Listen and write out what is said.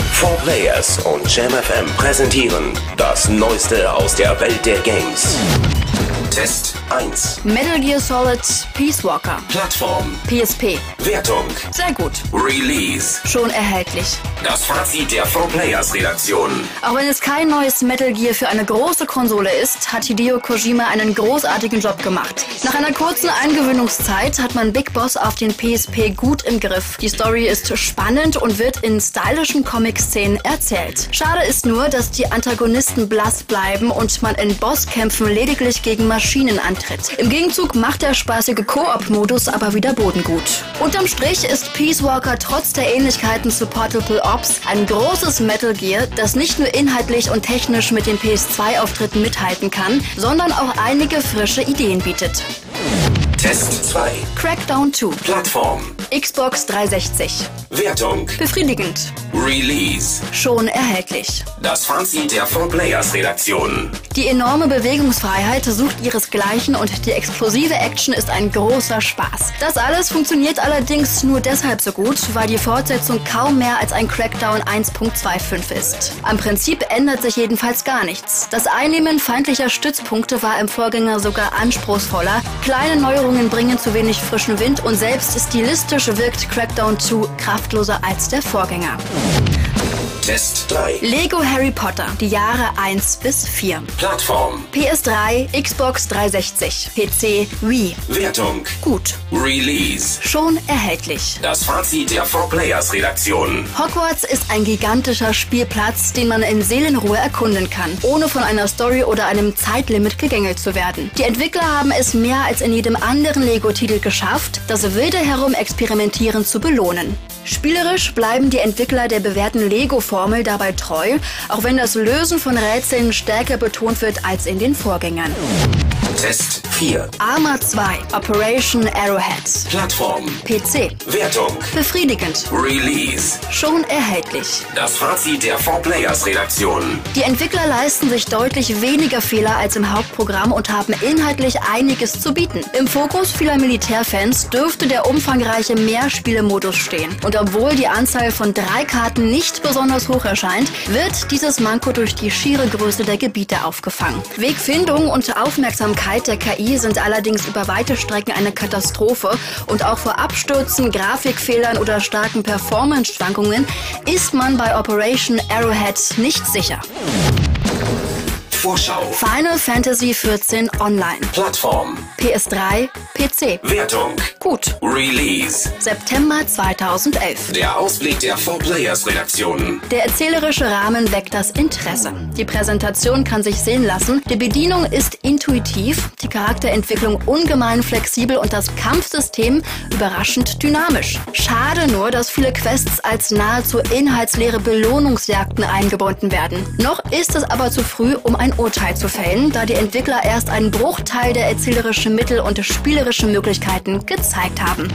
4 Players und JamFM präsentieren das Neueste aus der Welt der Games. Test 1. Metal Gear Solid Peace Walker. Plattform. PSP. Wertung. Sehr gut. Release. Schon erhältlich. Das Fazit der 4 Players Redaktion. Auch wenn es kein neues Metal Gear für eine große Konsole ist, hat Hideo Kojima einen großartigen Job gemacht. Nach einer kurzen Eingewöhnungszeit hat man Big Boss auf den PSP gut im Griff. Die Story ist spannend und wird in stylischen Comic-Szenen erzählt. Schade ist nur, dass die Antagonisten blass bleiben und man in Bosskämpfen lediglich gegen Maschinen antritt. Im Gegenzug macht der spaßige Koop-Modus aber wieder bodengut. Unterm Strich ist Peace Walker trotz der Ähnlichkeiten zu Portable Ops ein großes Metal Gear, das nicht nur inhaltlich und technisch mit den PS2-Auftritten mithalten kann, sondern auch einige frische Ideen bietet. Test 2. Crackdown 2, Plattform. Xbox 360. Wertung. Befriedigend, Release. schon erhältlich. Das Fazit der 4 Players Redaktion. Die enorme Bewegungsfreiheit sucht ihresgleichen und die explosive Action ist ein großer Spaß. Das alles funktioniert allerdings nur deshalb so gut, weil die Fortsetzung kaum mehr als ein Crackdown 1.25 ist. Am Prinzip ändert sich jedenfalls gar nichts. Das Einnehmen feindlicher Stützpunkte war im Vorgänger sogar anspruchsvoller. Kleine Neuerungen bringen zu wenig frischen Wind und selbst stilistisch wirkt Crackdown 2 kraftloser als der Vorgänger. Test 3. Lego Harry Potter, die Jahre 1 bis 4. Plattform. PS3, Xbox 360, PC, Wii. Wertung. Gut, Release. schon erhältlich. Das Fazit der 4 Players Redaktion. Hogwarts ist ein gigantischer Spielplatz, den man in Seelenruhe erkunden kann, ohne von einer Story oder einem Zeitlimit gegängelt zu werden. Die Entwickler haben es mehr als in jedem anderen Lego-Titel geschafft, das wilde Herumexperimentieren zu belohnen. Spielerisch bleiben die Entwickler der bewährten Lego-Formel dabei treu, auch wenn das Lösen von Rätseln stärker betont wird als in den Vorgängern. Test 4. Arma 2 Operation Arrowhead. Plattform. PC. Wertung. Befriedigend. Release. Schon erhältlich. Das Fazit der 4 Players Redaktion. Die Entwickler leisten sich deutlich weniger Fehler als im Hauptprogramm und haben inhaltlich einiges zu bieten. Im Fokus vieler Militärfans dürfte der umfangreiche Mehrspielemodus stehen. Und obwohl die Anzahl von drei Karten nicht besonders hoch erscheint, wird dieses Manko durch die schiere Größe der Gebiete aufgefangen. Wegfindung und Aufmerksamkeit der KI sind allerdings über weite Strecken eine Katastrophe und auch vor Abstürzen, Grafikfehlern oder starken Performance-Schwankungen ist man bei Operation Arrowhead nicht sicher. Vorschau. Final Fantasy XIV Online, Plattform. PS3, PC. Wertung. Gut, Release. September 2011. Der Ausblick der 4 Players Redaktion. Der erzählerische Rahmen weckt das Interesse. Die Präsentation kann sich sehen lassen. Die Bedienung ist intuitiv, die Charakterentwicklung ungemein flexibel und das Kampfsystem überraschend dynamisch. Schade nur, dass viele Quests als nahezu inhaltsleere Belohnungsjagden eingebunden werden. Noch ist es aber zu früh, um ein Urteil zu fällen, da die Entwickler erst einen Bruchteil der erzählerischen Mittel und spielerischen Möglichkeiten gezeigt haben.